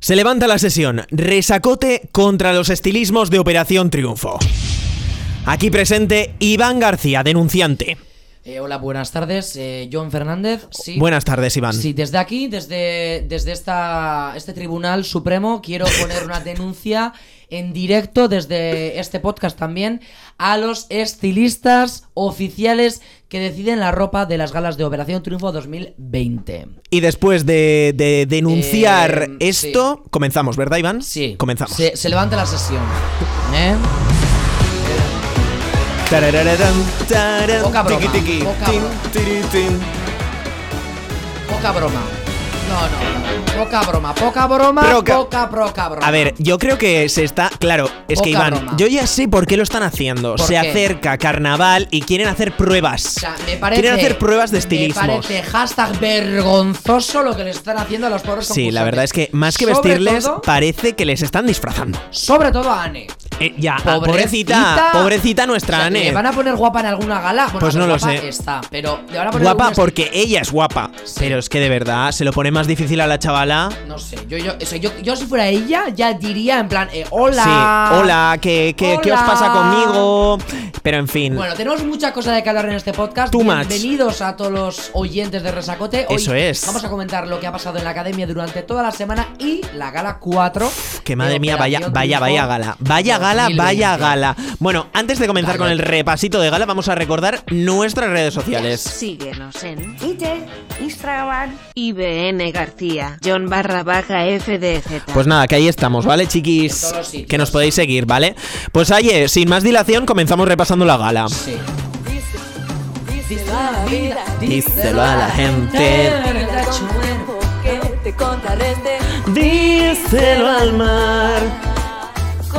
Se levanta la sesión. Resacote contra los estilismos de Operación Triunfo. Aquí presente Iván García, denunciante. Eh, hola, buenas tardes. Eh, John Fernández. Sí. Buenas tardes, Iván. Sí, desde aquí, desde, desde esta, este Tribunal Supremo, quiero poner una denuncia en directo desde este podcast también a los estilistas oficiales que deciden la ropa de las galas de Operación Triunfo 2020. Y después de, de denunciar Eh, esto, comenzamos, ¿verdad, Iván? Sí. Comenzamos. Se, se levanta la sesión. ¿Eh? Tarararán, tarán, Poca broma, tiqui, tiqui, poca tin, broma. tiri, tin. Poca broma. No, no, no. Poca broma. Poca broma. Proca- Poca, poca broma. A ver, yo creo que se está. Claro, es que Poca Iván, broma. yo ya sé por qué lo están haciendo. ¿Por Se qué? acerca carnaval y quieren hacer pruebas. O sea, me parece, quieren hacer pruebas de Me estilismos. parece hashtag vergonzoso lo que le están haciendo a los pobres Sí, la verdad es que más que Sobre vestirles, todo- parece que les están disfrazando. Sobre todo a Ane. Eh, ya, ah, pobrecita, Pobrecita. pobrecita nuestra O sea, ¿Le Ane. van a poner guapa en alguna gala? Bueno, Pues a ver, no lo guapa sé. Está, pero le van a poner Guapa algún esti- porque ella es guapa. Pero es que de verdad, se lo pone más difícil a la chavala. No sé, yo, yo, o sea, yo, yo si fuera ella, ya diría en plan, eh, hola. Sí, hola, ¿qué, qué, qué os Hola. pasa conmigo? Pero en fin, Bueno, tenemos mucha cosa de que hablar en este podcast. Too much. Bienvenidos a todos los oyentes de Resacote. Hoy Eso es. Vamos a comentar lo que ha pasado en la academia durante toda la semana y la gala 4. que de madre mía, vaya, Operación vaya, Triunfo vaya gala. Vaya gala, 2020. vaya gala. Bueno, antes de comenzar Dale. con el repasito de gala, vamos a recordar nuestras redes sociales. Síguenos en Twitter, Instagram, IBN García, John barra baja FDZ. Pues nada, que ahí estamos, ¿vale, En chiquis? todos los sitios. Que nos podéis seguir, ¿vale? Pues oye, sin más dilación, comenzamos repasando la gala. Sí. Díselo a la gente. que te contrarreste Díselo al mar. con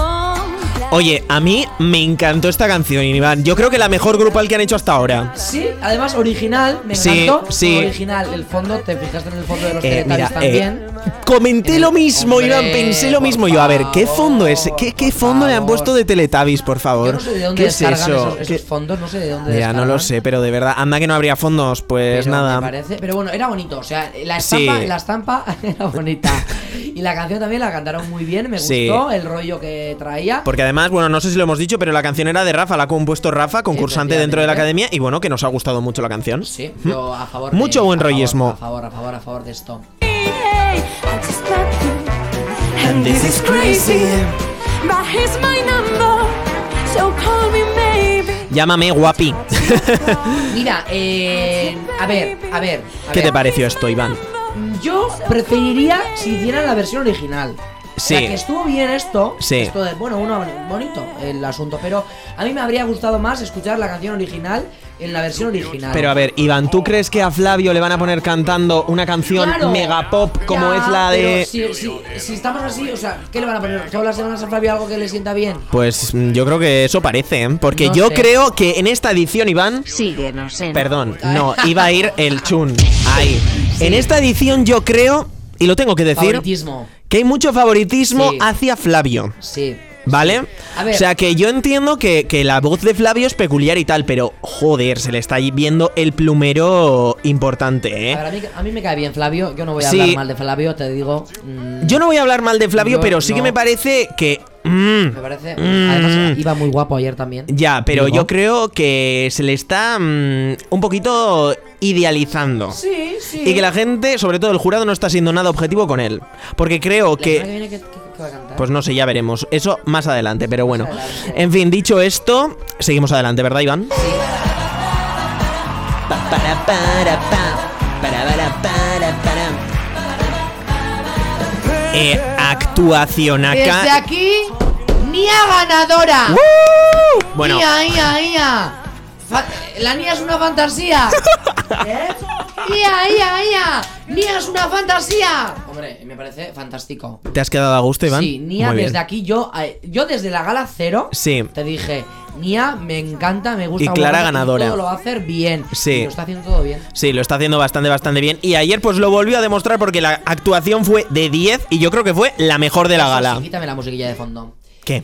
la Oye, a mí me encantó esta canción, Iván. Yo creo que la mejor grupal que han hecho hasta ahora. Sí, además original, me Sí, encantó. sí. Original, el fondo, te fijaste en el fondo de los Eh, Teletubbies mira, eh, también. comenté lo mismo, Hombre, Iván, pensé lo por mismo. Yo, a ver, ¿qué favor, fondo es? ¿Qué, qué por fondo le han favor. puesto de Teletubbies, por favor? Yo no sé de dónde ¿Qué es descargan eso? esos, ¿Qué- esos fondos, no sé de dónde Mira, no lo descargan. sé, pero de verdad, anda que no habría fondos, pues Pero nada. me parece- pero bueno, era bonito. O sea, la estampa, Sí. la estampa era bonita. Y la canción también la cantaron muy bien, me gustó Sí. el rollo que traía. Porque además, bueno, no sé si lo hemos dicho, pero la canción era de Rafa, la ha compuesto Rafa, concursante dentro de la Efectivamente. academia, y bueno, que nos ha gustado mucho la canción. Sí, yo a favor. Mucho de- buen a favor, rollismo. A favor, a favor, a favor de esto. Hey, I just met you. And this is crazy. But here's my number. So call me maybe. Llámame guapi. Mira, eh, a ver, a ver. a ¿Qué ver. te pareció esto, Iván? Yo preferiría si hicieran la versión original. Sí. O sea, que estuvo bien esto. Sí. Esto de, bueno, uno bonito el asunto. Pero a mí me habría gustado más escuchar la canción original en la versión original. Pero a ver, Iván, ¿tú crees que a Flavio le van a poner cantando una canción Claro. mega pop como Ya, es la de... Ah, pero Si, si- si estamos así, o sea, ¿qué le van a poner? ¿Todas las semanas a Flavio algo que le sienta bien? Pues mm, yo creo que eso parece, ¿eh? porque No yo sé. creo que en esta edición, Iván... Síguenos en Perdón, no, iba a ir el chun. Ahí. En esta edición yo creo, y lo tengo que decir, Favoritismo. que hay mucho favoritismo Sí. hacia Flavio. Sí. ¿Vale? A ver. O sea que yo entiendo que, que la voz de Flavio es peculiar y tal, pero joder, se le está ahí viendo el plumero importante, A, ¿eh? ver, a mí, a mí me cae bien Flavio. Yo no voy a Sí. hablar mal de Flavio, te digo. mm, Yo no voy a hablar mal de Flavio, Yo pero sí que no. me parece que... mm, Me parece. Mm. Además, iba muy guapo ayer también. ya, pero Digo. yo creo que se le está mm, un poquito idealizando. Sí, sí. Y que la gente, sobre todo el jurado, no está siendo nada objetivo con él. Porque creo La que... semana viene, ¿qué- qué- qué va a cantar? Pues no sé, ya veremos. Eso más adelante, pero bueno. adelante. En fin, dicho esto, seguimos adelante, ¿verdad, Iván? Sí. Pa, para, para, pa, para, para, para, para. Eh, actuación Desde acá. aquí, Nia ganadora. Bueno, Ia, ia, ia. Fa- la Nia es una fantasía. ¿Eh? Ia, ia, ia. Nia es una fantasía. Hombre, me parece fantástico. ¿te has quedado a gusto, Iván? Sí, Nia, Muy bien. desde aquí yo, eh, yo desde la gala cero, Sí. te dije, Nia me encanta, me gusta. Y clara mucho, ganadora. Todo lo va a hacer bien. Sí. Y lo está haciendo todo bien. Sí, lo está haciendo bastante, bastante bien. Y ayer pues lo volvió a demostrar porque la actuación fue de 10 y yo creo que fue la mejor de la Eso gala. sí, quítame la musiquilla de fondo. ¿Qué?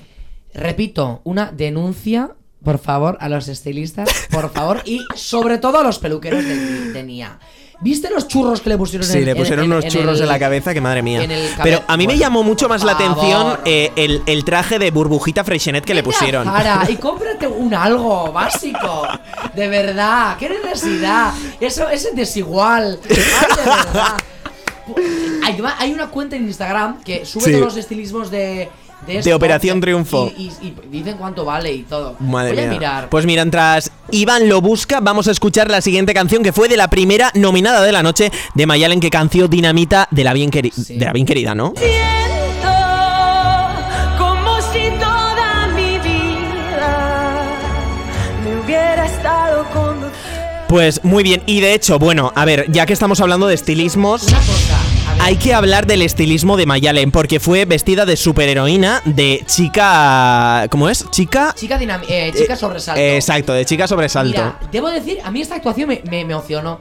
Repito, una denuncia, por favor, a los estilistas, por favor, y sobre todo a los peluqueros de, de Nia. ¿Viste los churros que le pusieron Sí, Pues en- le en- pusieron en- unos en churros el- en la cabeza, que madre mía. en el cabe- Pero a mí me Bueno, llamó mucho más la por atención favor. eh, el, el traje de burbujita Freixenet que le Vete a pusieron. Zara y cómprate un algo básico. De verdad, qué necesidad. Eso, eso es desigual. Ay, de verdad. Hay, una- hay una cuenta en Instagram que sube Sí. todos los estilismos de. De esto, Operación y- Triunfo. Y, y- y dicen cuánto vale y todo. Madre Voy a mía. mirar. Pues mira, mientras Iván lo busca, vamos a escuchar la siguiente canción que fue de la primera nominada de la noche de Mayalen que canció Dinamita de la bien, queri- Sí. de la bien querida, ¿no? Siento como si toda mi vida me hubiera estado conduciendo. Pues muy bien. Y de hecho, bueno, a ver, ya que estamos hablando de estilismos, Una cosa. a ver, hay que hablar del estilismo de Mayalen porque fue vestida de superheroína, de chica, ¿cómo es? Chica Chica dinam- eh, chica sobresalto. Eh, Exacto, de chica sobresalto. Mira, debo decir, a mí esta actuación me, me emocionó.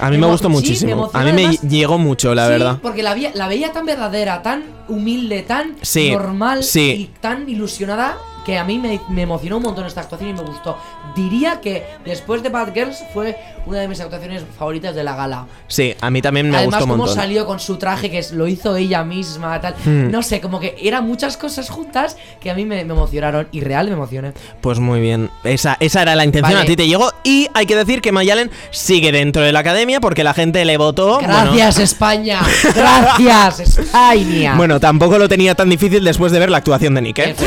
a mí me emo- gustó sí, me muchísimo. emociona a mí me además. llegó mucho, la Sí, verdad. Porque la, vi- la veía tan verdadera, tan humilde, tan Sí, normal sí. y tan ilusionada que a mí me, me emocionó un montón esta actuación y me gustó. Diría que después de Bad Girls fue una de mis actuaciones favoritas de la gala. Sí, a mí también me Además, gustó un cómo montón. salió con su traje, que es- lo hizo ella misma, tal. Hmm. No sé, como que eran muchas cosas juntas que a mí me, me emocionaron. Y real me emocioné. Pues muy bien. Esa, esa era la intención, Vale. a ti te llegó. Y hay que decir que Mayalen sigue dentro de la academia porque la gente le votó. Oh, Bueno, Gracias, España. Gracias, España. Bueno, tampoco lo tenía tan difícil después de ver la actuación de Nick. ¿eh? F.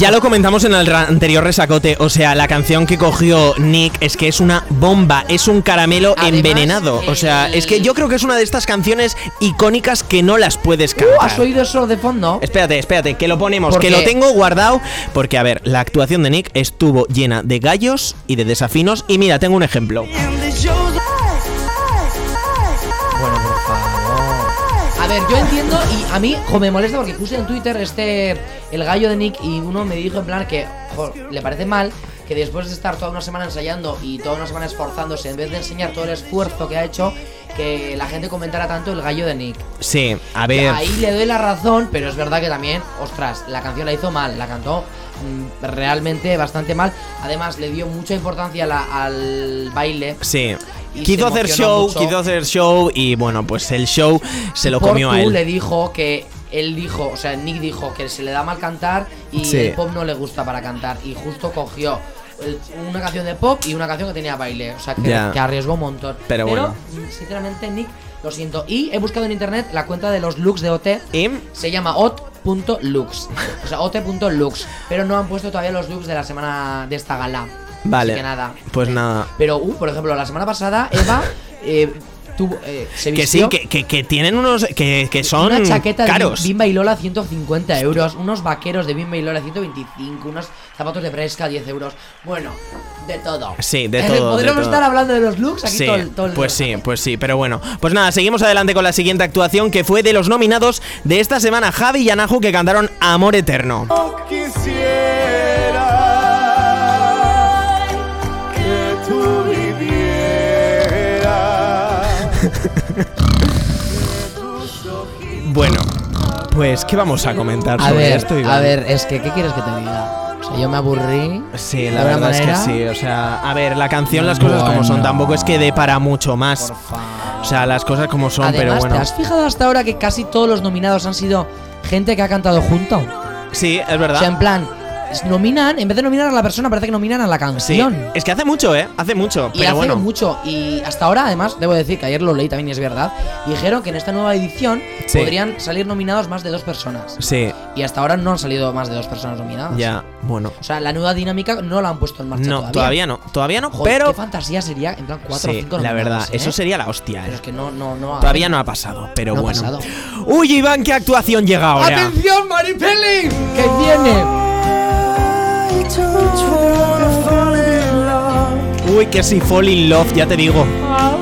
Ya lo comentamos en el ra- anterior resacote, o sea, la canción que cogió Nick es que es una bomba, es un caramelo Además, envenenado. O sea, el- es que yo creo que es una de estas canciones icónicas que no las puedes Uh, cantar. ¿Has oído eso de fondo? Espérate, espérate, que lo ponemos, ¿Por que qué? lo tengo guardado. Porque, a ver, la actuación de Nick estuvo llena de gallos y de desafinos. Y mira, tengo un ejemplo. Bueno, por favor. A ver, yo entiendo y a mí jo, me molesta porque puse en Twitter este el gallo de Nick y uno me dijo en plan que jo, le parece mal que después de estar toda una semana ensayando y toda una semana esforzándose, en vez de enseñar todo el esfuerzo que ha hecho, que la gente comentara tanto el gallo de Nick. Sí, a ver. Ahí le doy la razón, pero es verdad que también, ostras, la canción la hizo mal, la cantó mm, realmente bastante mal. Además, le dio mucha importancia a la- al baile. Sí. Y Quiso se hacer emocionó show, mucho. quiso hacer show. Y bueno, pues el show se lo Portu comió a le él. dijo que él dijo, o sea, Nick dijo que se le da mal cantar y Sí. el pop no le gusta para cantar. Y justo cogió el- una canción de pop y una canción que tenía baile. O sea, que, Ya. que arriesgó un montón. Pero bueno. mm, sinceramente, Nick, lo siento. Y he buscado en internet la cuenta de los looks de OT. Y Se llama ot.lux. O sea, ot.lux. Pero no han puesto todavía los looks de la semana de esta gala. Vale. Así que nada. Pues nada. Pero, uh, por ejemplo, la semana pasada, Eva eh, tuvo, eh, se Que sí, vistió que, que- que tienen unos. Que, que son una chaqueta caros. de Bimba y Lola 150 euros, unos vaqueros de Bimba y Lola 125, unos zapatos de fresca 10 euros. Bueno, de todo. Eh, Sí, de todo, de Podríamos todo. estar hablando de los looks aquí Sí, todo, el- todo el pues día. sí, pues sí, pero bueno. Pues nada, seguimos adelante con la siguiente actuación que fue de los nominados de esta semana, Javi y Anahu, que cantaron Amor Eterno. Bueno, pues ¿qué vamos a comentar A sobre ver, esto, Iván? a ver, es que, ¿qué quieres que te diga? O sea, yo me aburrí. Sí, de la una verdad es que manera. sí, o sea, a ver, la canción, las cosas como son, Bueno. tampoco es que dé para mucho más. O sea, las cosas como son, Además, pero bueno. ¿te has fijado hasta ahora que casi todos los nominados han sido gente que ha cantado junto? Sí, es O sea, verdad. en plan, s- nominan, en vez de nominar a la persona, parece que nominan a la Sí, canción. es que hace mucho, ¿eh? Hace mucho, Y pero hace bueno. mucho, y hasta ahora además, debo decir que ayer lo leí también y es verdad, dijeron que en esta nueva edición Sí. podrían salir nominados más de dos personas. Sí, Y hasta ahora no han salido más de dos personas nominadas. ya, bueno. O sea, la nueva dinámica no la han puesto en marcha No, todavía. todavía. no, todavía no, Joder, pero qué fantasía sería, en plan, cuatro o sí, cinco la nominados, verdad, ¿eh? eso sería la hostia. Pero eh. es que no, no, no. Todavía no ha pasado, pero No ha bueno. pasado. Uy, Iván, qué actuación llega ahora. ¡Atención, Maripeli! ¡Que viene! Uy, que si Fall in Love, ya te digo. A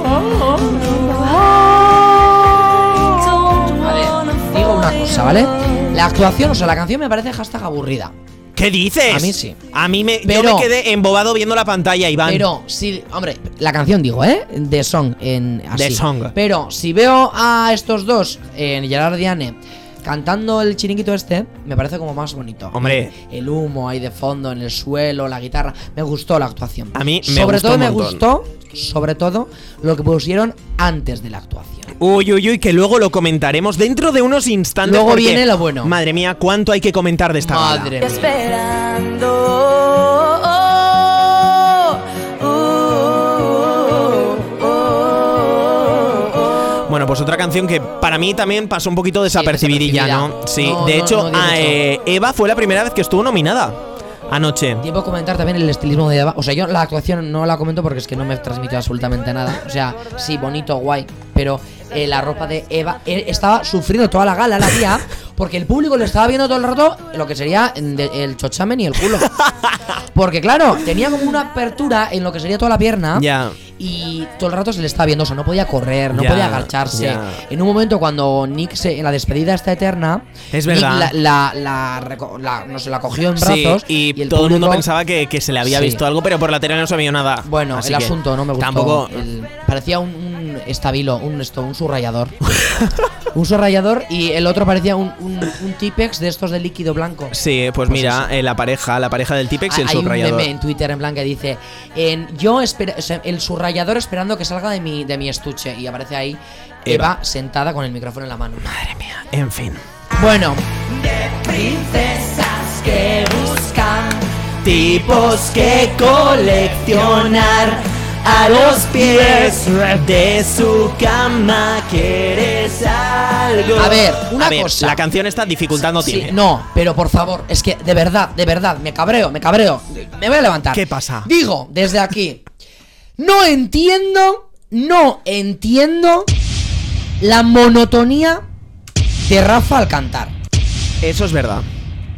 ver, digo una cosa, ¿vale? La actuación, o sea, la canción me parece hashtag aburrida. ¿Qué dices? A mí sí. A mí me, yo Pero- me quedé embobado viendo la pantalla, Iván. Pero si, hombre, la canción digo, ¿eh? De Song en así. The Song. Pero si veo a estos dos en Gerard Diane cantando el chiringuito este, me parece como más bonito. Hombre. El humo ahí de fondo, en el suelo, la guitarra. Me gustó la actuación. A mí me Sobre gustó todo un me montón. gustó, sobre todo, lo que pusieron antes de la actuación. Uy, uy, uy, que luego lo comentaremos dentro de unos instantes. Luego viene lo bueno. Madre mía, cuánto hay que comentar de esta gala. Madre mía. Esperando. Bueno, pues otra canción que para mí también pasó un poquito desapercibidilla, ¿no? desapercibida. Sí, No, de no, hecho, no dio a, mucho. eh, Eva fue la primera vez que estuvo nominada anoche. Debo comentar también el estilismo de Eva. O sea, yo la actuación no la comento porque es que no me transmitió absolutamente nada. O sea, sí, bonito, guay. Pero eh, la ropa de Eva eh, estaba sufriendo toda la gala, la tía, porque el público le estaba viendo todo el rato lo que sería de- el chochamen y el culo. Porque, claro, tenía como una apertura en lo que sería toda la pierna. Ya. Y todo el rato se le estaba viendo, o sea, no podía correr, no Ya, podía agacharse. ya. En un momento cuando Nick se, en la despedida está eterna, Es Nick verdad. la, la- la reco- la- no sé, la cogió en Sí, brazos y, el todo el mundo público- pensaba que, que se le había Sí. visto algo, pero por la tele no se vio nada. Bueno, Así el que asunto no me gustó. Tampoco. El- parecía un, un estabilo, un esto, un subrayador. un subrayador y el otro parecía un, un, un Tipex de estos de líquido blanco. Sí, pues, mira, eh, la pareja, la pareja del Tipex y el Hay un subrayador. meme en Twitter en plan que dice en- yo espera- o sea, el subrayador esperando que salga de mi de mi estuche y aparece ahí Eva. Ah, Eva, sentada con el micrófono en la mano. Madre mía, en fin. Bueno, princesas que buscan Tipos que coleccionar a los pies de su cama quieres algo. A ver, una cosa. La canción está dificultando Sí, tiene. no, pero por favor, es que de verdad, de verdad, me cabreo, me cabreo. Me voy a levantar. ¿Qué pasa? Digo, desde aquí, no entiendo, no entiendo la monotonía de Rafa al cantar. Eso es verdad.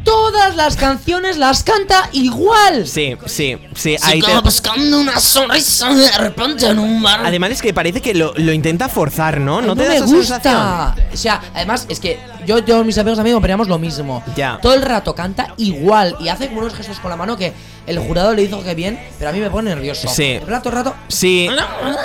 Todas las canciones las canta igual. Sí, sí, sí. ahí te- buscando una sonrisa de repente en un bar. Además es que parece que lo, lo intenta forzar, ¿no? No, no, te da me esa sensación. gusta. O sea, además es que yo, yo mis amigos también operamos lo mismo. Ya. Todo el rato canta igual y hace como unos gestos con la mano que el jurado le dijo que bien, pero a mí me pone nervioso. Sí. En plan, todo el rato. Sí,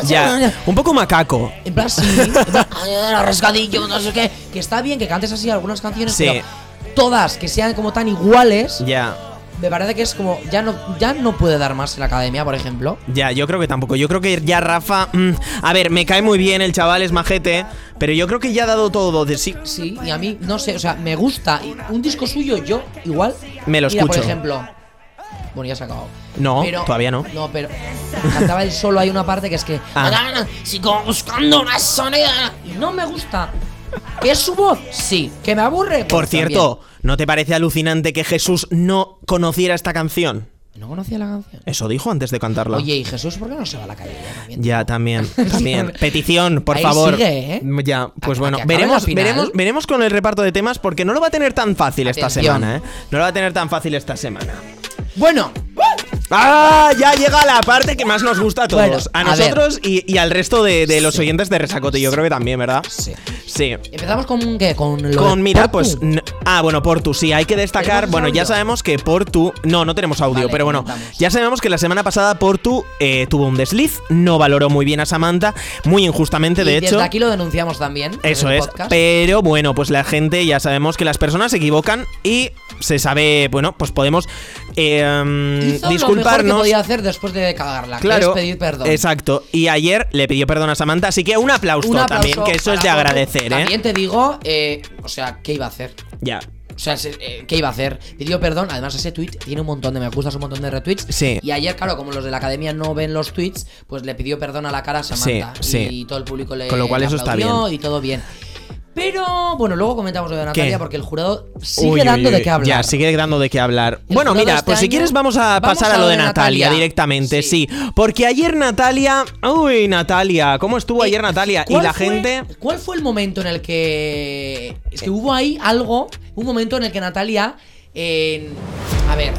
ya. Un poco macaco. En plan, sí. en plan, "Ay, arrascadillo, no sé qué. Que está bien que cantes así algunas canciones, Sí. pero todas que sean como tan iguales, Ya. me parece que es como. Ya no, ya no puede dar más en la academia, por ejemplo. Ya, yo creo que tampoco. Yo creo que ya Rafa. mm, a ver, me cae muy bien el chaval, es majete. Pero yo creo que ya ha dado todo de sí. Sí, y a mí, no sé, o sea, me gusta. Y Un disco suyo, yo, igual. Me lo Mira, escucho. por ejemplo. Bueno, ya se ha acabado. No, todavía no. No, pero. Cantaba él solo, hay una parte que es que. Ah. Sigo buscando una sonida. Y no me gusta. ¿Que es su voz? Sí. ¿Que me aburre? Por Pues también. cierto, ¿no te parece alucinante que Jesús no conociera esta canción? No conocía la canción. Eso dijo antes de cantarla. Oye, y Jesús, ¿por qué no se va a la calle? ya también? Ya, también, también. Petición, por Ahí favor. sigue, ¿eh? Ya, pues A- a bueno, que acabe veremos, la final. veremos, veremos con el reparto de temas porque no lo va a tener tan fácil esta Atención. semana, ¿eh? No lo va a tener tan fácil esta semana. Bueno, ¡Ah! Ya llega la parte que más nos gusta a todos. Bueno, a a nosotros y, y al resto de, de los oyentes de Resacote, yo creo que también, ¿verdad? sí. Sí. Empezamos con qué? Con lo Con, de mira, Papu. pues. n- Ah, bueno, Portu, sí, hay que destacar. ¿Tenemos Bueno, ya audio? sabemos que Portu. No, no tenemos audio, Vale, pero bueno, comentamos. ya sabemos que la semana pasada Portu eh, tuvo un desliz, no valoró muy bien a Samantha, muy injustamente, Y de hecho. Desde aquí lo denunciamos también. en Eso el es. podcast. Pero bueno, pues la gente, ya sabemos que las personas se equivocan y se sabe, bueno, pues podemos eh, em, Hizo lo mejor que disculparnos. podía hacer después de cagarla. que Claro, es pedir perdón. exacto. Y ayer le pidió perdón a Samantha, así que un aplauso, Un aplauso también, que eso es de para Jorge. agradecer, ¿eh? También te digo, eh, o sea, ¿qué iba a hacer? Ya. O sea, se- eh, ¿qué iba a hacer? Pidió perdón, además ese tweet tiene un montón de me gustas, un montón de retweets. Sí. Y ayer, claro, como los de la academia no ven los tweets, pues le pidió perdón a la cara a Samantha. Sí, sí. Y todo el público le Con lo cual le eso está aplaudió bien. Y todo bien. Pero, bueno, luego comentamos lo de Natalia ¿Qué? porque el jurado sigue Uy, uy, dando uy, de qué hablar. Ya, sigue dando de qué hablar. El bueno, jurado mira, este pues si año- quieres vamos a vamos pasar a lo de Natalia, directamente, sí. Sí. Porque ayer Natalia... Uy, Natalia, ¿cómo estuvo ayer Natalia? Ah, Y Eh, ¿Cuál la fue- gente... ¿Cuál fue el momento en el que. Es que hubo ahí algo. Un momento en el que Natalia. en- a ver,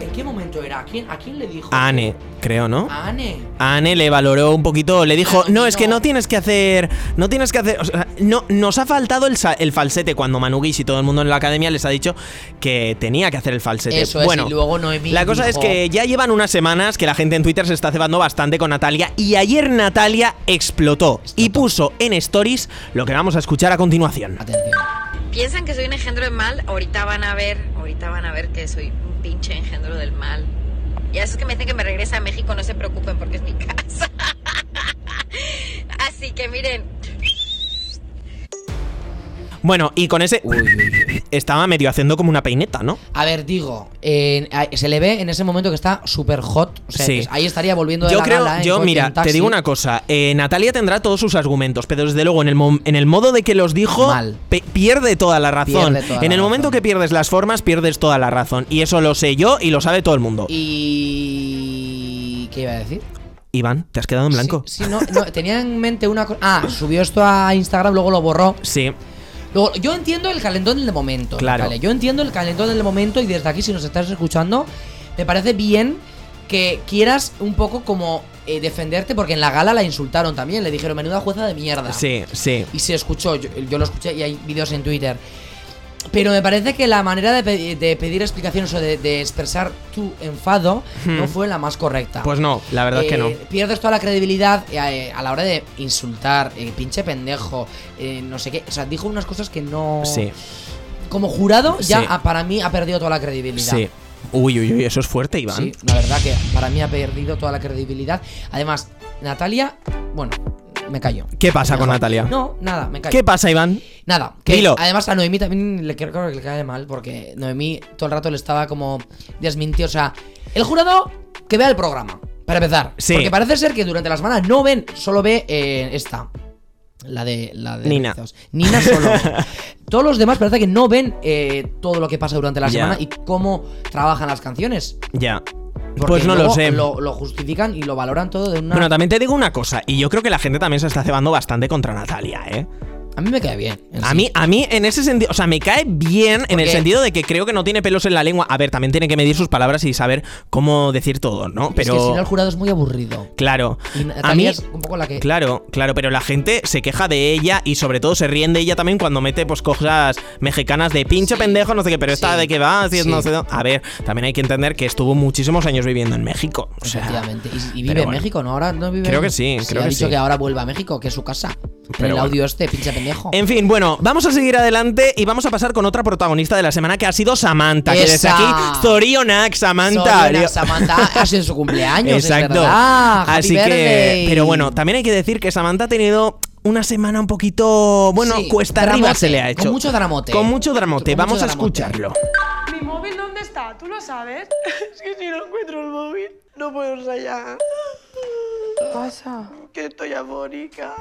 ¿en qué momento era? ¿A quién, a quién le dijo? A Ane, creo, ¿no? A Ane. A Ane le valoró un poquito, le dijo, Claro, no, es que no Ah, no. tienes que hacer, no tienes que hacer, o sea, no, nos ha faltado el, sa- el falsete cuando Manu Guix y todo el mundo en la academia les ha dicho que tenía que hacer el falsete. Eso es, bueno, y luego Noemí La cosa es dijo- que ya llevan unas semanas que la gente en Twitter se está cebando bastante con Natalia y ayer Natalia explotó y puso en stories lo que vamos a escuchar a continuación. Atención. piensan que soy un engendro del mal, ahorita van a ver, ahorita van a ver que soy un pinche engendro del mal. Y a esos que me dicen que me regrese a México, no se preocupen porque es mi casa. Así que miren, Bueno, y con ese estaba medio haciendo como una peineta, ¿no? A ver, digo, eh, a- se le ve en ese momento que está súper hot. O sea, Sí. es- ahí estaría volviendo de Yo la creo, gala en yo coche, mira, en te taxi. digo una cosa, eh, Natalia tendrá todos sus argumentos, pero desde luego en el, mom- en el modo de que los dijo, Mal. pe- pierde toda la razón. Pierde toda la en el momento razón. que pierdes las formas, pierdes toda la razón. Y eso lo sé yo y lo sabe todo el mundo. Y. ¿Qué iba a decir? Iván, ¿te has quedado en blanco? Sí, sí, no, no, tenía en mente una cosa. Ah, subió esto a Instagram, luego lo borró. Sí. Luego, yo entiendo el calentón del momento. Claro. Natalia, Yo entiendo el calentón del momento y desde aquí, si nos estás escuchando, me parece bien que quieras un poco como eh, defenderte, porque en la gala la insultaron también. Le dijeron, menuda jueza de mierda. Sí, sí. Y se escuchó, yo, yo lo escuché y hay vídeos en Twitter. Pero me parece que la manera de, pe- de pedir explicaciones o de, de expresar tu enfado no fue la más correcta. Hmm. Pues no, la verdad es que no. Eh, Pierdes toda la credibilidad eh, a la hora de insultar, eh, pinche pendejo, eh, no sé qué. O sea, dijo unas cosas que no. Sí, Como jurado, ya Sí. ah, para mí ha perdido toda la credibilidad. sí. Uy, uy, uy, eso es fuerte, Iván. Sí, la verdad que para mí ha perdido toda la credibilidad. Además, Natalia, bueno, me callo. ¿Qué pasa con Mejor. Natalia? No, nada, me callo. ¿Qué pasa, Iván? Nada, que Dilo. además a Noemí también le creo que le cae mal porque Noemí todo el rato le estaba como desmintió. O sea, el jurado que vea el programa, para empezar. Sí. Porque parece ser que durante la semana no ven, solo ve eh, esta. La de, la de Nina. Rizos. Nina solo. Todos los demás parece que no ven eh, todo lo que pasa durante la Ya. semana y cómo trabajan las canciones. Ya. Porque Pues no lo luego sé. Lo, lo justifican y lo valoran todo de una. Bueno, también te digo una cosa, y yo creo que la gente también se está cebando bastante contra Natalia, ¿eh? a mí me cae bien. en A sí. mí, a mí en ese sentido, o sea, me cae bien en el Porque- sentido de que creo que no tiene pelos en la lengua. A ver, también tiene que medir sus palabras y saber cómo decir todo, ¿no? Es Pero que si no, el jurado es muy aburrido. claro, Y a mí Natalia es un poco la que. Claro, claro, pero la gente se queja de ella y sobre todo se ríen de ella también cuando mete pues cosas mexicanas de pinche Sí. pendejo, no sé qué, pero esta Sí. de que va, si es Sí. no sé dó- A ver, también hay que entender que estuvo muchísimos años viviendo en México. O sea, Efectivamente. Y- Y, pero vive en bueno. México, ¿no? Ahora no vive Creo en- que sí, creo ha que dicho sí. que ahora vuelva a México, que es su casa. en Pero el bueno. audio este, pinche pendejo. En fin, bueno, vamos a seguir adelante y vamos a pasar con otra protagonista de la semana que ha sido Samantha, que desde Esa. aquí, Zorionak, Samantha. Sorry, Ana Samantha, ha sido su cumpleaños. es Exacto. verdad. Happy Así que, birthday. pero bueno, también hay que decir que Samantha ha tenido una semana un poquito, bueno, Sí, cuesta arriba dramote, se le ha hecho. con mucho dramote. Con mucho dramote. Con Vamos mucho a dramote. escucharlo. ¿Mi móvil dónde está? ¿Tú lo sabes? Es que si no encuentro el móvil, no puedo ensayar. ¿Qué pasa? Que estoy afónica.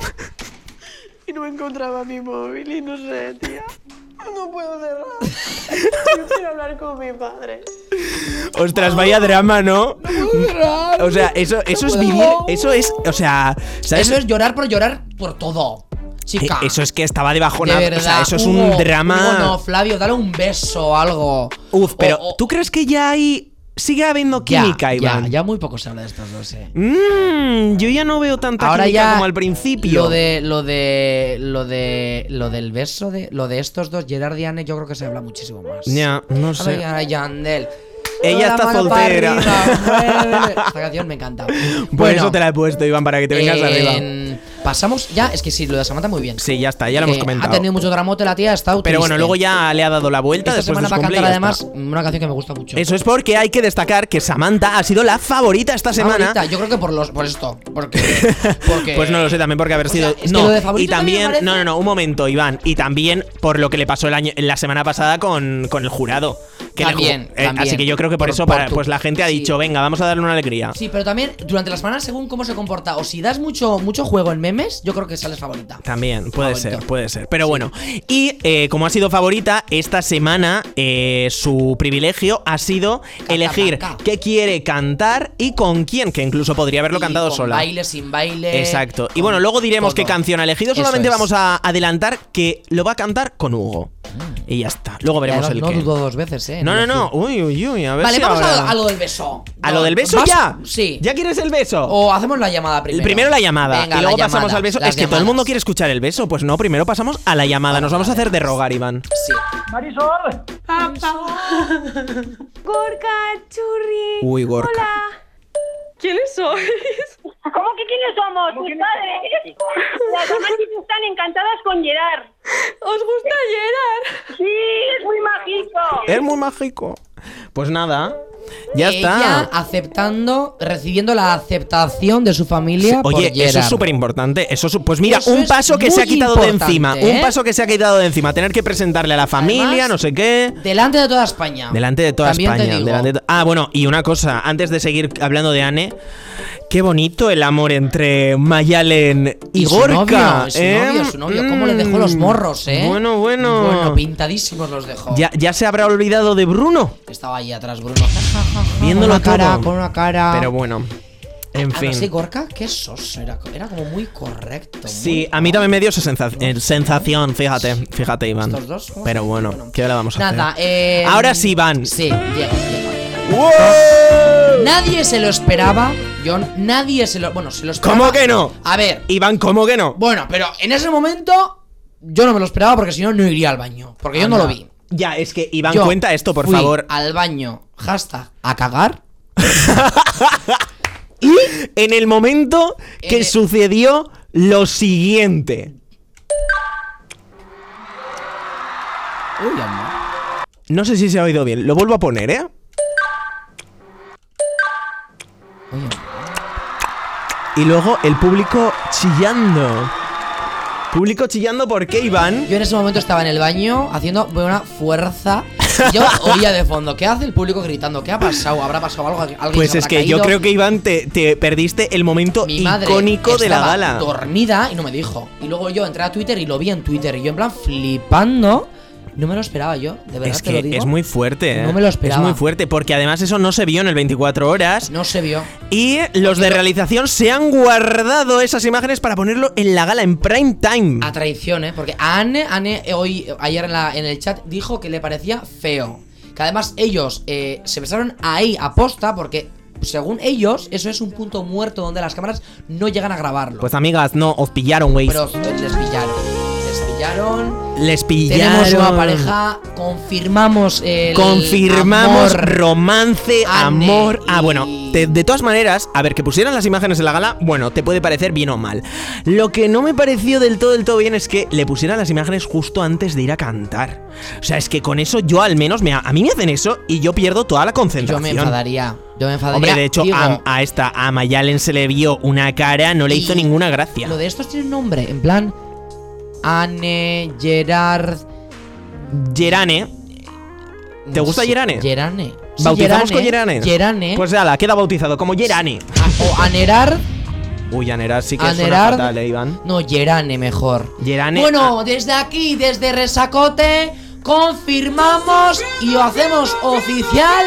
Y no encontraba mi móvil y no sé, tía. No puedo cerrar. Yo quiero hablar con mi padre. Ostras, vaya drama, ¿no? O sea, eso, eso es vivir, eso es, o sea, ¿sabes? Eso es llorar por llorar por todo. Eh, Chica. Eso es que estaba de De bajona. verdad. o sea, eso es Hugo, un drama. Hugo, no, Flavio, dale un beso o algo. Uf, pero O- o- ¿tú crees que ya hay. sigue habiendo ya, química, ya, Iván? Ya, muy poco se habla de estos dos, eh. Mm, yo ya no veo tanta Ahora química ya como al principio. Lo de, lo de, lo de, lo del beso de, lo de estos dos, Gerard y Anne, yo creo que se habla muchísimo más. Ya, no sé. Ay, ay, Yandel. Ella La está mano pa' soltera. arriba, muévele. Esta canción me encanta. em, Por eso te la he puesto, Iván, para que te vengas arriba. Pasamos ya, es que sí, lo de Samantha muy bien. Sí, ya está, ya lo hemos Eh, comentado. Ha tenido mucho dramote la tía, ha estado Pero bueno, triste. luego ya le ha dado la vuelta Esta después semana de su va a cumple y cantar ya además está. una canción que me gusta mucho. Ah, Eso es porque hay que destacar que Samantha ha sido la favorita Ah, esta semana. Ahorita, yo creo que por los por esto, porque, porque Pues no lo sé, también porque haber O sea, sido. es que no, lo de favorito y también. también me No, no, parece- no, un momento, Iván. Y también por lo que le pasó el año, la semana pasada con, con el jurado. Que le ju- También, eh, también. Así que yo creo que por, Por- eso por para, tu- pues la gente ha sí. dicho, venga, vamos a darle una alegría. Sí, pero también durante la semana, según cómo se comporta, o si das mucho, mucho juego en memes, yo creo que sales favorita. También, puede Favorito. ser, puede ser. Pero bueno, y eh, como ha sido favorita, esta semana eh, su privilegio ha sido elegir paca. qué quiere cantar y con quién, que incluso podría haberlo Y cantado con sola. Baile, sin baile. Exacto. Y con bueno, luego diremos qué todo. canción ha elegido. Eso Solamente es. vamos a adelantar que lo va a cantar con Hugo. Y ya está. Luego Y veremos el además, Mm. no qué. dudo dos veces, eh. en No, no, elegir. no. Uy, uy, uy. A ver Vale, si vamos ahora- a, a lo del beso. ¿A No, lo del beso vas- ya. Sí. ¿Ya quieres el beso? O hacemos la llamada primero. El primero la llamada Venga, y luego la pasamos llamada, al beso. las Es que todo el llamadas. mundo quiere escuchar el beso. Pues no, primero pasamos a la llamada. Vamos Nos vamos a a hacer de llamadas. rogar, Iván. Sí. Gorka, churri. Uy, Gorka. Hola. ¿Quiénes sois? ¿Cómo que quiénes somos? Tus padres. Las mamás están encantadas con Gerard. ¿Os gusta Gerard? Sí, es muy mágico. Es muy mágico. Pues nada, ya Ella está. aceptando, recibiendo la aceptación de su familia. por Oye, eso es Gerard. súper importante. Eso es- pues mira, Eso un es paso que se muy ha quitado de importante, encima. ¿eh? Un paso que se ha quitado de encima. Tener que presentarle a la familia, Además, no sé qué. Delante de toda España. Delante de toda Ah. También te España. digo. delante de to- ah, bueno, y una cosa, antes de seguir hablando de Anne, qué bonito el amor entre Mayalen y, Y su Gorka. novio, y su ¿eh? novio, su novio, cómo le dejó los Mm. morros, ¿eh? Bueno, bueno. Bueno, pintadísimos los dejó. ya, ya se habrá olvidado de Bruno, Que Estaba ahí atrás Bruno. viéndolo con una cara, todo. con una cara. Pero bueno, en fin. Además, sí, Gorka, qué soso. Era, era como muy correcto. muy- Sí, a mí también me dio esa sensa- eh, sensación, fíjate, fíjate, Iván. Estos dos, ¿cómo Pero se- bueno, bueno. ¿qué le vamos a Nada, hacer? eh. Ahora sí, Iván. Sí, llega, llega. ¡Wow! Nadie se lo esperaba, John. Nadie se lo. Bueno, se lo esperaba. ¿Cómo que no? A ver. Iván, ¿cómo que no? Bueno, pero en ese momento. Yo no me lo esperaba porque si no, no iría al baño. Porque yo no lo vi. Ya, es que Iván, Yo cuenta esto, por fui favor. Al baño. Hashtag. A cagar. Y en el momento que Eh. sucedió lo siguiente. Uy, amor. No sé si se ha oído bien, lo vuelvo a poner, ¿eh? Uy, amor. Y luego el público chillando. Público chillando porque Iván... Yo en ese momento estaba en el baño haciendo buena fuerza. Yo oía de fondo, ¿qué hace el público gritando? ¿Qué ha pasado? ¿Habrá pasado algo? ¿Alguien se Pues habrá es que yo caído? creo que Iván te, te perdiste el momento Mi madre icónico de la estaba gala. dormida y no me dijo. Y luego yo entré a Twitter y lo vi en Twitter. Y yo, en plan, flipando. No me lo esperaba yo, de verdad Es te lo que digo. es muy fuerte, ¿eh? No me lo esperaba. Es muy fuerte, porque además eso no se vio en el 24 horas. No se vio. Y los de realización se han guardado esas imágenes para ponerlo en la gala, en prime time. A traición, ¿eh? Porque a Anne, Anne eh, hoy, eh, ayer en, la- en el chat dijo que le parecía feo. Que además ellos eh, se besaron ahí a posta porque, según ellos, eso es un punto muerto donde las cámaras no llegan a grabarlo. Pues amigas, no, os pillaron, güey. Pero les pillaron. Les pillaron. Les pillaron. Tenemos una pareja. Confirmamos el Confirmamos amor. romance, Anne amor. Ah, y- bueno, te- de todas maneras, a ver, que pusieran las imágenes en la gala, bueno, te puede parecer bien o mal. Lo que no me pareció del todo, del todo bien es que le pusieran las imágenes justo antes de ir a cantar. O sea, es que con eso yo al menos, me, a mí me hacen eso y yo pierdo toda la Yo concentración. me enfadaría. Yo me enfadaría. Hombre, de hecho, Digo, a, a esta, a Mayalen se le vio una cara, no le Y hizo ninguna gracia. Lo de estos tiene un nombre. En plan. Anne, Gerard. Gerane, ¿Te no gusta sé, Gerane? Gerane. Sí, ¿bautizamos con Gerane? Gerane. Pues ala, queda bautizado como Gerane. A- Ah, o Anerar. Uy, Anerar sí que suena Anerar. fatal, eh, Iván. ah. No, Gerane mejor. Gerane- Bueno, desde aquí, desde Resacote, confirmamos y hacemos oficial.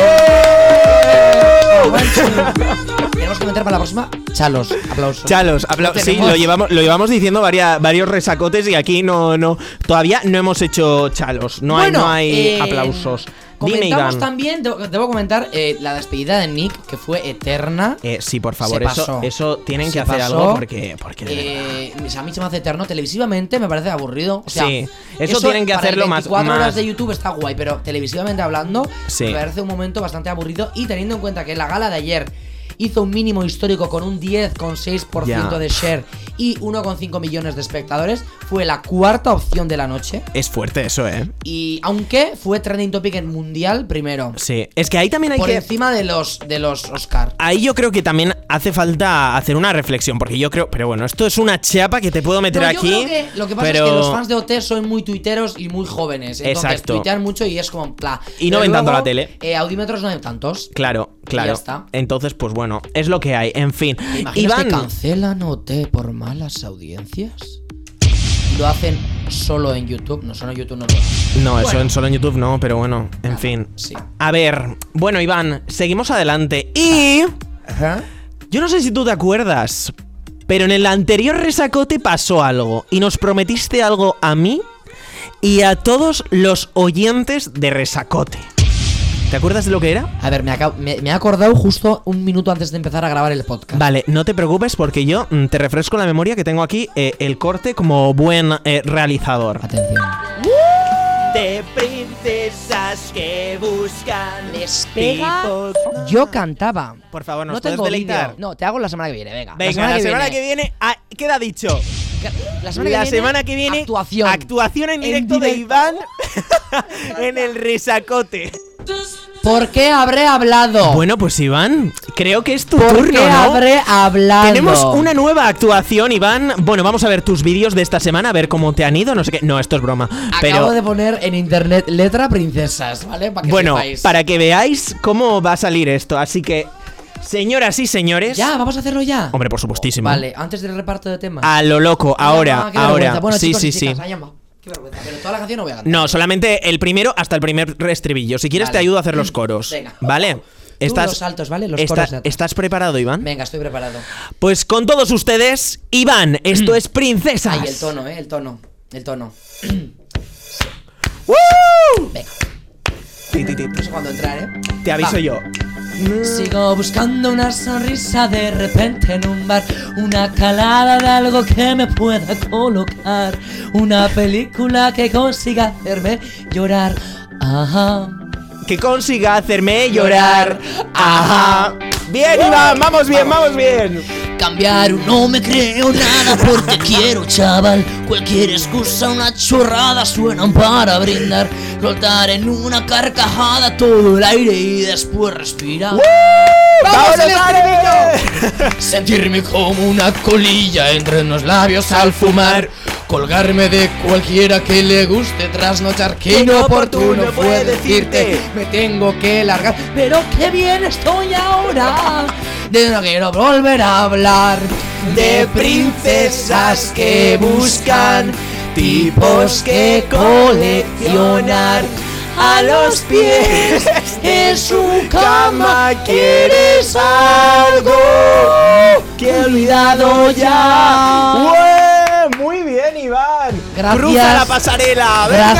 ¡Ah! Tenemos que meter para la próxima. Chalos, aplausos. Chalos, habla- Lo sí, tenemos. lo llevamos, lo llevamos diciendo varia- varios resacotes y aquí no, no, todavía no hemos hecho chalos, no hay, Bueno, no hay eh, aplausos. Dime, Comentamos Iván. también, debo, debo comentar eh, la despedida de Nick, que fue eterna. Eh, sí, por favor, Se eso, pasó. eso tienen que Se hacer pasó. algo porque, porque de verdad. Eh, a mí se me hace eterno televisivamente me parece aburrido o sea, Sí, eso tienen que para el hacerlo más- 24 más- horas de YouTube está guay pero televisivamente hablando Sí. me parece un momento bastante aburrido y teniendo en cuenta que la gala de ayer hizo un mínimo histórico con un 10,6% Ya. de share y 1,5 millones de espectadores fue la cuarta opción de la noche es fuerte eso, eh. y aunque fue trending topic en mundial primero Sí, es que ahí también hay por que encima de los de los Oscar Ahí yo creo que también hace falta hacer una reflexión, porque yo creo, pero bueno, esto es una chapa que te puedo meter No, yo aquí. creo que lo que pasa pero- es que los fans de OT son muy tuiteros y muy jóvenes. Entonces Exacto. tuitean mucho y es como en plan. Y no Pero ven tanto luego, la tele. eh, audímetros no hay tantos. Claro, claro. ya está. Entonces, pues bueno, es lo que hay. En fin, ¿Te imaginas Iván, que cancelan OT por malas audiencias? Lo hacen solo en YouTube. No, solo en YouTube no lo hacen. No, eso Bueno. en solo en YouTube no, pero bueno, en Nada, fin. sí. A ver, bueno, Iván, seguimos adelante. Y yo no sé si tú te acuerdas, pero en el anterior resacote pasó algo y nos prometiste algo a mí y a todos los oyentes de resacote. ¿Te acuerdas de lo que era? A ver, me, acabo- me- me he acordado justo un minuto antes de empezar a grabar el podcast. Vale, no te preocupes porque yo mm, te refresco la memoria que tengo aquí eh, el corte como buen eh, realizador. Atención. De princesas que buscan Les pega. Yo cantaba. Por favor, ¿nos no puedes tengo deleitar? vídeo. No, te hago la semana que viene, venga. Venga, la semana, que, viene, ah, queda dicho. La semana que viene, actuación. actuación en directo, de Iván en el resacote. ¿Por qué habré hablado? Bueno, pues Iván, creo que es tu ¿Por turno, qué ¿no? habré hablado? Tenemos una nueva actuación, Iván. Bueno, vamos a ver tus vídeos de esta semana, a ver cómo te han ido, no sé qué. No, esto es broma. Acabo pero de poner en internet letra princesas, ¿vale? Para que bueno, sepáis. para que veáis cómo va a salir esto. Así que, señoras y señores. Ya, vamos a hacerlo ya. Hombre, por supuestísimo. Vale, antes del reparto de temas. A lo loco, ahora, Ah, qué ahora. vergüenza. Bueno, sí, chicos y sí, chicas, sí. ahí va. Qué vergüenza. Pero toda la canción no voy a cantar. No, solamente el primero hasta el primer estribillo. Si quieres Vale. te ayudo a hacer los coros. Venga. ¿Vale? Tú los saltos, ¿vale? Los está- coros de atrás. ¿Estás preparado, Iván? Venga, estoy preparado. Pues con todos ustedes, Iván, esto es Princesas. Ay, Mm. el tono, eh, el tono. El tono. ¡Woo! Venga. Ti, ti, ti. No sé cuándo entrar, eh. Te aviso Va. yo. Sigo buscando una sonrisa de repente en un bar, una calada de algo que me pueda colocar, una película que consiga hacerme llorar. Ajá. Que consiga hacerme llorar. Ah. Ajá. Bien, Iván, vamos bien, vamos bien. Cambiar no me creo nada porque quiero, chaval. Cualquier excusa, una chorrada suenan para brindar. Rotar en una carcajada todo el aire y después respirar. ¡Vamos, Iván! Sentirme como una colilla entre los labios al fumar. Colgarme de cualquiera que le guste trasnochar. Que inoportuno fue decirte, me tengo que largar. Pero qué bien estoy ahora. De no quiero volver a hablar. De princesas que buscan, tipos que coleccionar. A los pies en su cama quieres algo que he olvidado ya. ¡Bue! Muy bien, Iván. Gracias. Cruza la pasarela. Venga,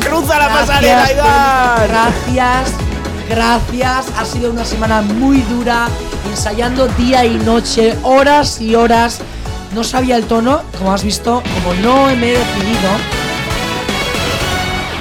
Gracias. cruza la Gracias, pasarela, Iván. Gracias, gracias. Ha sido una semana muy dura, ensayando día y noche, horas y horas. No sabía el tono, como has visto, como no me he decidido.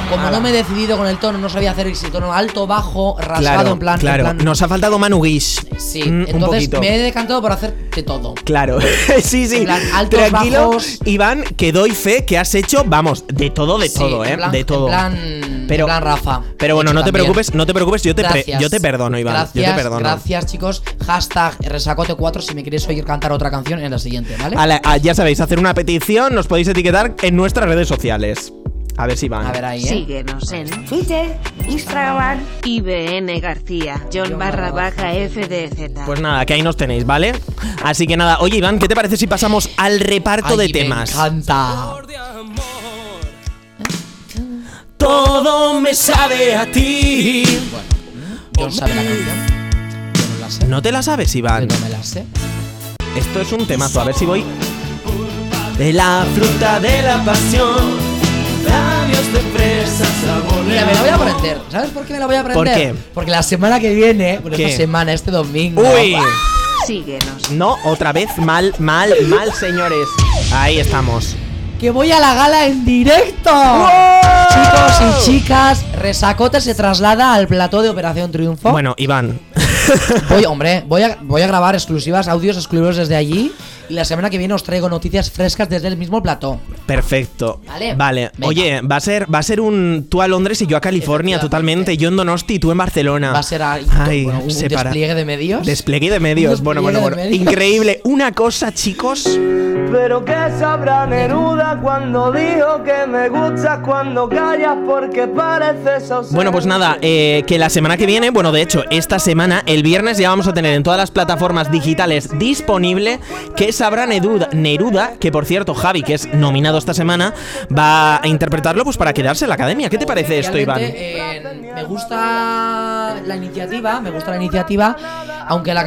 Como no me he decidido con el tono, no sabía hacer si tono alto, bajo, rasgado, en plan. en claro. plan- Nos ha faltado Manu Guix. Sí, Mm, un entonces poquito. me he decantado por hacer de todo. Claro, sí, sí. En plan, altos, Tranquilo, bajos. Iván, que doy fe que has hecho, vamos, de todo, de Sí, todo, en ¿eh? plan- de todo. En plan, Pero- en plan Rafa. Pero bueno, He no hecho te también. preocupes, no te preocupes, yo te, pre- Gracias. yo te perdono, Iván. Gracias, yo te perdono. gracias, chicos. Hashtag resacote4 si me queréis oír cantar otra canción en la siguiente, ¿vale? A la- a- ya sabéis, hacer una petición, nos podéis etiquetar en nuestras redes sociales. A ver si van. A ver ahí, ¿eh? Síguenos en Twitter, Instagram. IBN García, John barra baja FDZ. Pues nada, que ahí nos tenéis, ¿vale? Así que nada, oye Iván, ¿qué te parece si pasamos al reparto Ay, de me temas? encanta. Todo me sabe a ti. John sabe la canción. Yo no la sé. No te la sabes, Yo Iván. no me la sé. Esto es un temazo, a ver si voy. De la fruta de la pasión, labios de fresa, sabor. Mira, me la voy a aprender. ¿Sabes por qué me la voy a aprender? ¿Por qué? Porque la semana que viene, bueno, ¿Qué? esta semana, este domingo. ¡Uy! Síguenos. No, otra vez, mal, mal, mal, señores. Ahí estamos. ¡Que voy a la gala en directo! Chicos y chicas, Resacote se traslada al plató de Operación Triunfo. Bueno, Iván. Voy, hombre, voy a, voy a grabar exclusivas, audios exclusivos desde allí. Y la semana que viene os traigo noticias frescas desde el mismo plató. Perfecto. Vale. Venga. Oye, va a ser, va a ser un tú a Londres y yo a California totalmente. Yo en Donosti y tú en Barcelona. Va a ser ahí, Ay, bueno, un separa- despliegue de medios. Despliegue de medios. Un bueno, bueno, despliegue bueno. de medios. Increíble. Una cosa, chicos. Pero que sabrá Neruda cuando dijo que me gustas cuando callas porque pareces ausente. Bueno, pues nada, eh, que la semana que viene, bueno, de hecho, esta semana, el viernes ya vamos a tener en todas las plataformas digitales disponible que sabrá Neruda, Neruda, que por cierto, Javi, que es nominado esta semana, va a interpretarlo pues para quedarse en la academia. ¿Qué te parece esto, Iván? Realmente, eh, me gusta la iniciativa, me gusta la iniciativa, aunque la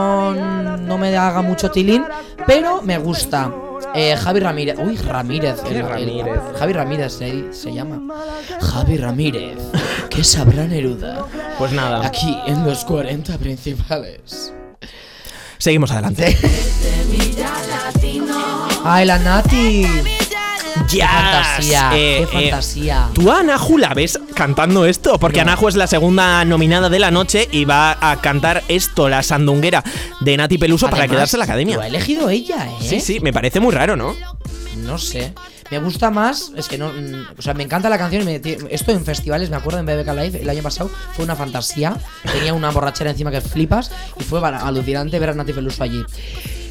canción no me haga mucho tilín, pero me gusta. Eh, Javi Ramírez, uy, Ramírez, el- el- Ramírez? Javi Ramírez se, se llama. Javi Ramírez, ¿qué sabrá Neruda? Pues nada, Aquí en los 40 principales. seguimos adelante. Ay, la Nati. Ya. fantasía, qué fantasía. Eh, Tú a Anahu la ves cantando esto, porque Anahu es la segunda nominada de la noche y va a cantar esto, la sandunguera de Nati Peluso, para Además, quedarse en la academia. Lo ha elegido ella, ¿eh? Sí, sí, me parece muy raro, ¿no? No sé. Me gusta más, es que no. mm, O sea, me encanta la canción. y me tie- esto en festivales, me acuerdo en BBK Live el año pasado, fue una fantasía. Tenía una borrachera encima que flipas y fue bar- alucinante ver a Nati Peluso allí.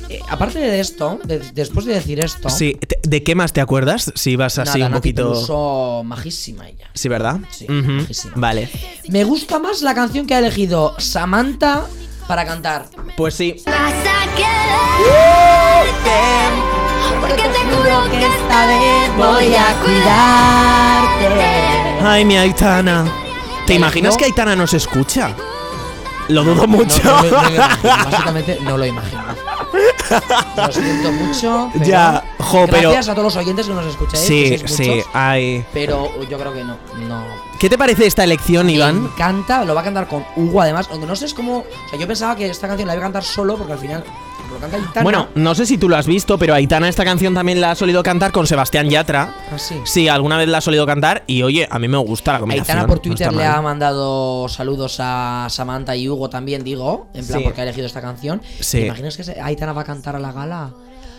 Eh, aparte de esto, de- después de decir esto. Sí, te- ¿de qué más te acuerdas? Si vas nada, así un Nati poquito. Peluso, majísima ella. Sí, ¿verdad? Sí, Ujú, Vale. Me gusta más la canción que ha elegido Samantha para cantar. Pues sí. Vas a quererte, porque te juro que esta vez voy a cuidarte. Ay, mi Aitana. ¿Te imaginas que Aitana nos escucha? Lo dudo mucho. No, no, no, no, no, básicamente no lo imagino. Lo siento mucho. pero Ya, jo, pero- Gracias a todos los oyentes que nos escucháis. sí, que sois sí, muchos, ay. Pero yo creo que no. No. ¿Qué te parece esta elección, Iván? Canta, lo va a cantar con Hugo además. Aunque no sé es cómo. O sea, yo pensaba que esta canción la iba a cantar solo porque al final. Lo canta Aitana. Bueno, no sé si tú lo has visto, pero Aitana esta canción también la ha solido cantar con Sebastián Yatra. Así. Sí, alguna vez la ha solido cantar y oye, a mí me gusta la combinación. Aitana por no Twitter está le mal. ha mandado saludos a Samantha y Hugo también, digo, en plan Sí. porque ha elegido esta canción. Sí. ¿Te imaginas que se- Aitana va a cantar a la gala?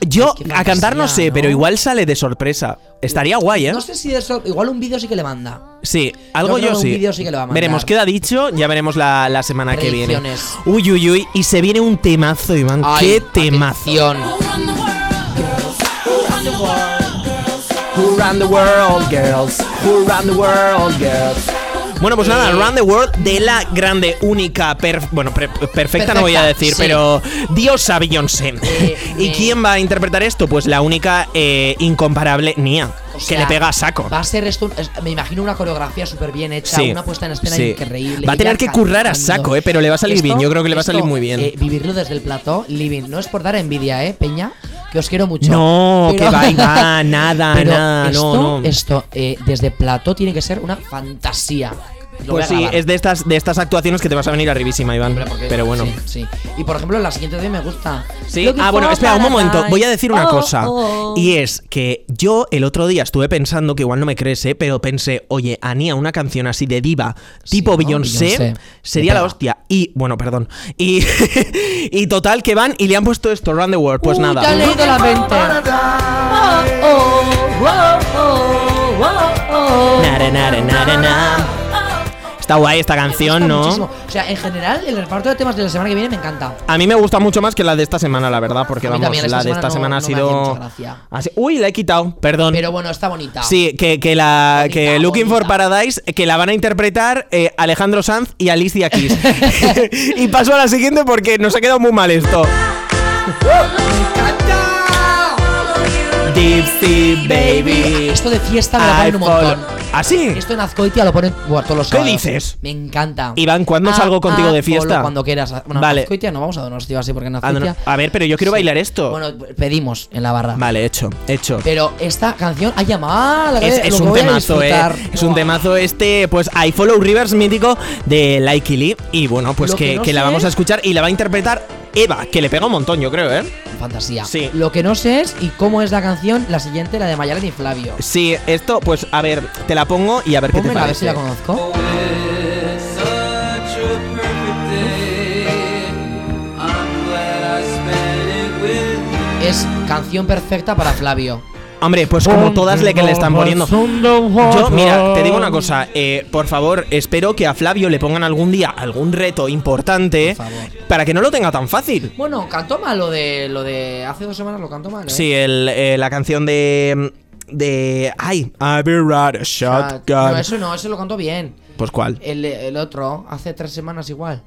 Yo, Qué a cantar no fantasía, sé, ¿no? pero igual sale de sorpresa. Estaría guay, ¿eh? No sé si de eso, igual un vídeo sí que le manda. Sí, algo Yo creo yo, que un sí. vídeo sí que lo va a mandar. veremos, queda dicho, ya veremos la, la semana que viene. Predicciones. Uy, uy, uy, y se viene un temazo, Iván. Ay, ¡Qué temazo! atención. Who run the world, girls? Who run the world, girls? Bueno, pues nada, Round the World de la grande, única, per- bueno, pre- perfecta, no voy a Perfecta, decir, sí. pero diosa Beyoncé. ¿Y eh. quién va a interpretar esto? Pues la única eh, incomparable Nia, O que sea, le pega a saco. Va a ser esto, es- me imagino una coreografía súper bien hecha, Sí, una puesta en escena sí. increíble. Va a ella tener que currar a cantando. saco, eh, pero le va a salir bien, yo creo que le va a salir muy bien. eh, vivirlo desde el plató, living. No es por dar envidia, ¿eh, Peña? Que os quiero mucho. No, Pero- que va y va, nada, Pero nada, esto, no, no. Esto, eh, desde plató, tiene que ser una fantasía. Lo voy Pues a sí, grabar. es de estas, de estas actuaciones que te vas a venir arribísima, Iván. Hombre, porque- Pero bueno. Sí, sí. Y por ejemplo, la siguiente de me gusta. Sí, Looking ah, bueno, for espera un momento. paradise. Voy a decir una Oh, cosa. oh. Y es que yo el otro día estuve pensando, que igual no me crees, ¿eh? pero pensé, oye, Ania, una canción así de diva, tipo ¿no? Beyoncé, Beyoncé. sería la Pega. hostia. Y, bueno, perdón. Y, y total, que van y le han puesto esto, Round the World. Pues Uy, nada. te han leído la mente. Nare, nare, nare, na. Está guay esta canción, Gusta ¿no? muchísimo. O sea, en general, el reparto de temas de la semana que viene me encanta. A mí me gusta mucho más que la de esta semana, la verdad, porque A mí vamos, también, esta la de esta semana semana, no- no me hacía mucha ha sido. gracia. ha sido- Uy, la he quitado, perdón. Pero ah, bueno, está bonita. Sí, que, que la Bonita, que Looking for bonita. Paradise, que la van a interpretar eh, Alejandro Sanz y Alicia Keys. y paso a la siguiente porque nos ha quedado muy mal esto. Deep Sea Baby. Esto de fiesta me lo I ponen un fall- montón. ¿Ah, sí? Esto en Azcoitia lo ponen bueno, todos los ¿Qué sábados. dices? Me encanta. Iván, ¿cuándo Ah, salgo contigo ah, de fiesta? Polo, cuando quieras. Bueno, Vale. vale. Azcoitia no vamos a Donostia así porque en Ah, no, no. Azcoitia. A ver, pero yo quiero Sí. bailar esto. Bueno, pedimos en la barra. Vale, hecho, hecho. Pero esta canción ha llamado Es, es un temazo, eh. Es un temazo este, pues I Follow Rivers mítico de Likey Lee. Y bueno, pues Lo que, que no que la sé- vamos a escuchar y la va a interpretar Eva, que le pega un montón, yo creo, ¿eh? Fantasía. Sí. Lo que no sé es y cómo es la canción, la siguiente, la de Mayalen y Flavio. Sí, esto, pues a ver, te la pongo y a ver qué te Pónmela a ver si parece. la conozco. Es canción perfecta para Flavio. Hombre, pues como todas las que le están poniendo. Yo, mira, te digo una cosa, eh, por favor, espero que a Flavio le pongan algún día algún reto importante Por favor. para que no lo tenga tan fácil. Bueno, cantó mal lo de lo de hace dos semanas lo cantó mal. ¿eh? Sí, el, eh, la canción de. de. Ay, I be right a Ah, shotgun. No, eso no, eso lo cantó bien. Pues cuál. El, el otro, hace tres semanas igual.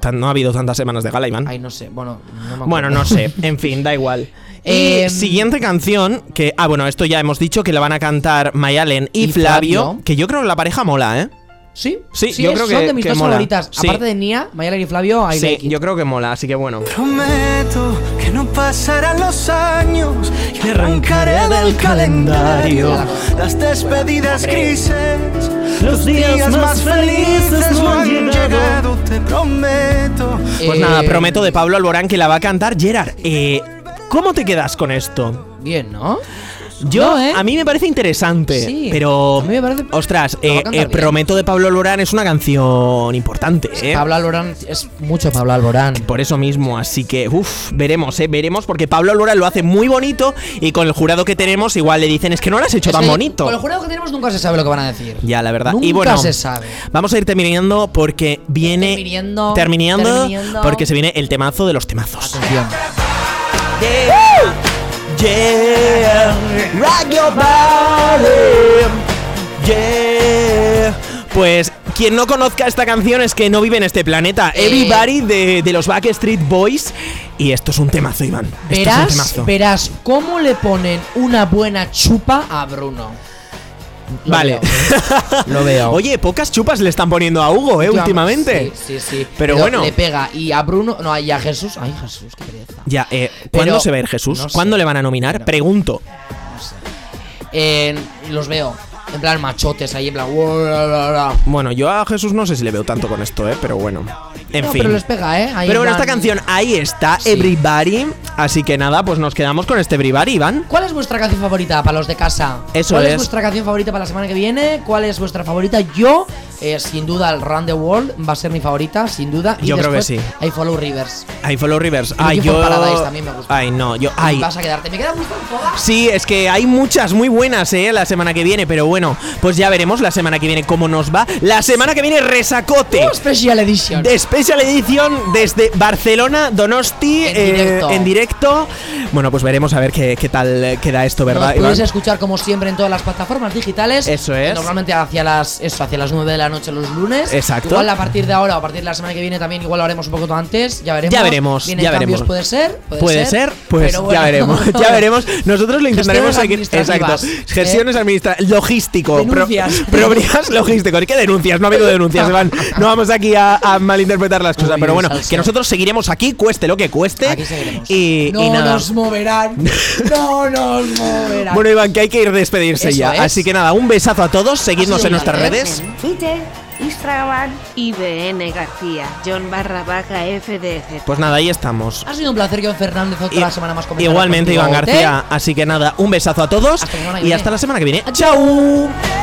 Tan- no ha habido tantas semanas de gala, Iván. Ay, no sé. Bueno, no me acuerdo. Bueno, no sé. En fin, da igual. Eh, Y siguiente canción que. Ah, bueno, esto ya hemos dicho que la van a cantar Mayalen y, y Flavio, Flavio. Que yo creo que la pareja mola, ¿eh? Sí, Sí, yo creo son que- de mis que dos mola. favoritas. Sí. Aparte de Nia, Mayalen y Flavio, I sí, like it. Eh, yo creo que mola, así que bueno. Prometo que no pasarán los años que arrancaré del calendario las despedidas grises. Los días más felices no han llegado, te prometo. Pues Eh, nada, prometo de Pablo Alborán que la va a cantar Gerard. Eh, ¿Cómo te quedas con esto? Bien, ¿no? Yo, No, ¿eh? a mí me parece interesante, Sí. pero. A mí me parece- Ostras, Lo va a eh, cantar eh, bien. Prometo de Pablo Lorán es una canción importante, ¿eh? Pablo Alborán es mucho Pablo Alborán. Por eso mismo, así que, uff, veremos, ¿eh? Veremos, porque Pablo Lorán lo hace muy bonito y con el jurado que tenemos, igual le dicen, es que no lo has hecho Es tan que bonito. Con el jurado que tenemos nunca se sabe lo que van a decir. Ya, la verdad. Nunca y bueno, se sabe. vamos a ir terminando porque viene. Terminando, terminando, terminando. Porque se viene el temazo de los temazos. Atención. Yeah, rock your body. Yeah. Pues quien no conozca esta canción es que no vive en este planeta. Eh. Everybody de, de los Backstreet Boys. Y esto es un temazo, Iván. Esto es un Verás, temazo. verás cómo le ponen una buena chupa a Bruno. Lo Vale. veo. ¿eh? Lo veo. Oye, pocas chupas le están poniendo a Hugo, ¿eh? Yo, últimamente. Sí, sí, sí. Pero bueno. Le pega. Y a Bruno. No, y a Jesús. Ay, Jesús, qué pereza. Ya, eh, ¿cuándo Pero- se va a ir Jesús? no sé. ¿Cuándo le van a nominar? Pero- Pregunto. Eh, los veo. En plan machotes ahí, en plan. "Wow, la, la, la". Bueno, yo a Jesús no sé si le veo tanto con esto, ¿eh? Pero bueno. En No, fin. Pero les pega, ¿eh? Ahí Pero bueno, en esta plan- canción ahí está, Sí. Everybody. Así que nada, pues nos quedamos con este Everybody, Iván. ¿Cuál es vuestra canción favorita para los de casa? Eso ¿Cuál es. es. vuestra canción favorita para la semana que viene? ¿Cuál es vuestra favorita? Yo, eh, sin duda, el Run the World va a ser mi favorita, sin duda. Y Yo creo que después, sí. I Follow Rivers. Ay, Follow Rivers. Y Ay, Looking yo. for Paradise también me gusta. Ay, no, yo. Ay. Vas a quedarte. Me queda muy todas. Sí, es que hay muchas muy buenas, eh, la semana que viene, pero bueno, pues ya veremos la semana que viene cómo nos va. La semana que viene, resacote. Oh, Special Edition. De Special Edition desde Barcelona, Donosti, En eh, directo. en directo. Bueno, pues veremos a ver qué, qué tal queda esto, ¿verdad? Nos podéis Iván? escuchar como siempre en todas las plataformas digitales. Eso es. Normalmente hacia las eso, hacia las 9 de la noche los lunes. Exacto. Igual a partir de ahora o a partir de la semana que viene también igual lo haremos un poco antes. Ya veremos. Ya veremos, Vienen ya cambios, veremos. Puede ser. Puede, Puede ser, pues pero bueno. ya veremos, ya veremos. Nosotros lo intentaremos seguir. Gestiones Exacto. administrativas, ¿eh? Gestiones administrativas. Logístico. pro- Denuncias. Problemas logísticos. ¿Qué denuncias? No ha habido denuncias, Iván. No vamos aquí a, a malinterpretar las cosas. Uy, pero bueno, salseo. que nosotros seguiremos aquí, cueste lo que cueste. Aquí seguiremos. Y, no y nada. nos moverán. No nos moverán. Bueno, Iván, que hay que ir despedirse Eso ya. es. Así que nada, un besazo a todos. Seguidnos sido en un nuestras placer. redes. Twitter, Instagram, IBN García, John barra baja FDZ. Pues nada, ahí estamos. ha sido un placer, John Fernández, Y- otra semana más conmigo. Igualmente, Iván García. Así que nada, un besazo a todos. Hasta la semana que y viene. hasta la semana que viene. ¡Chao!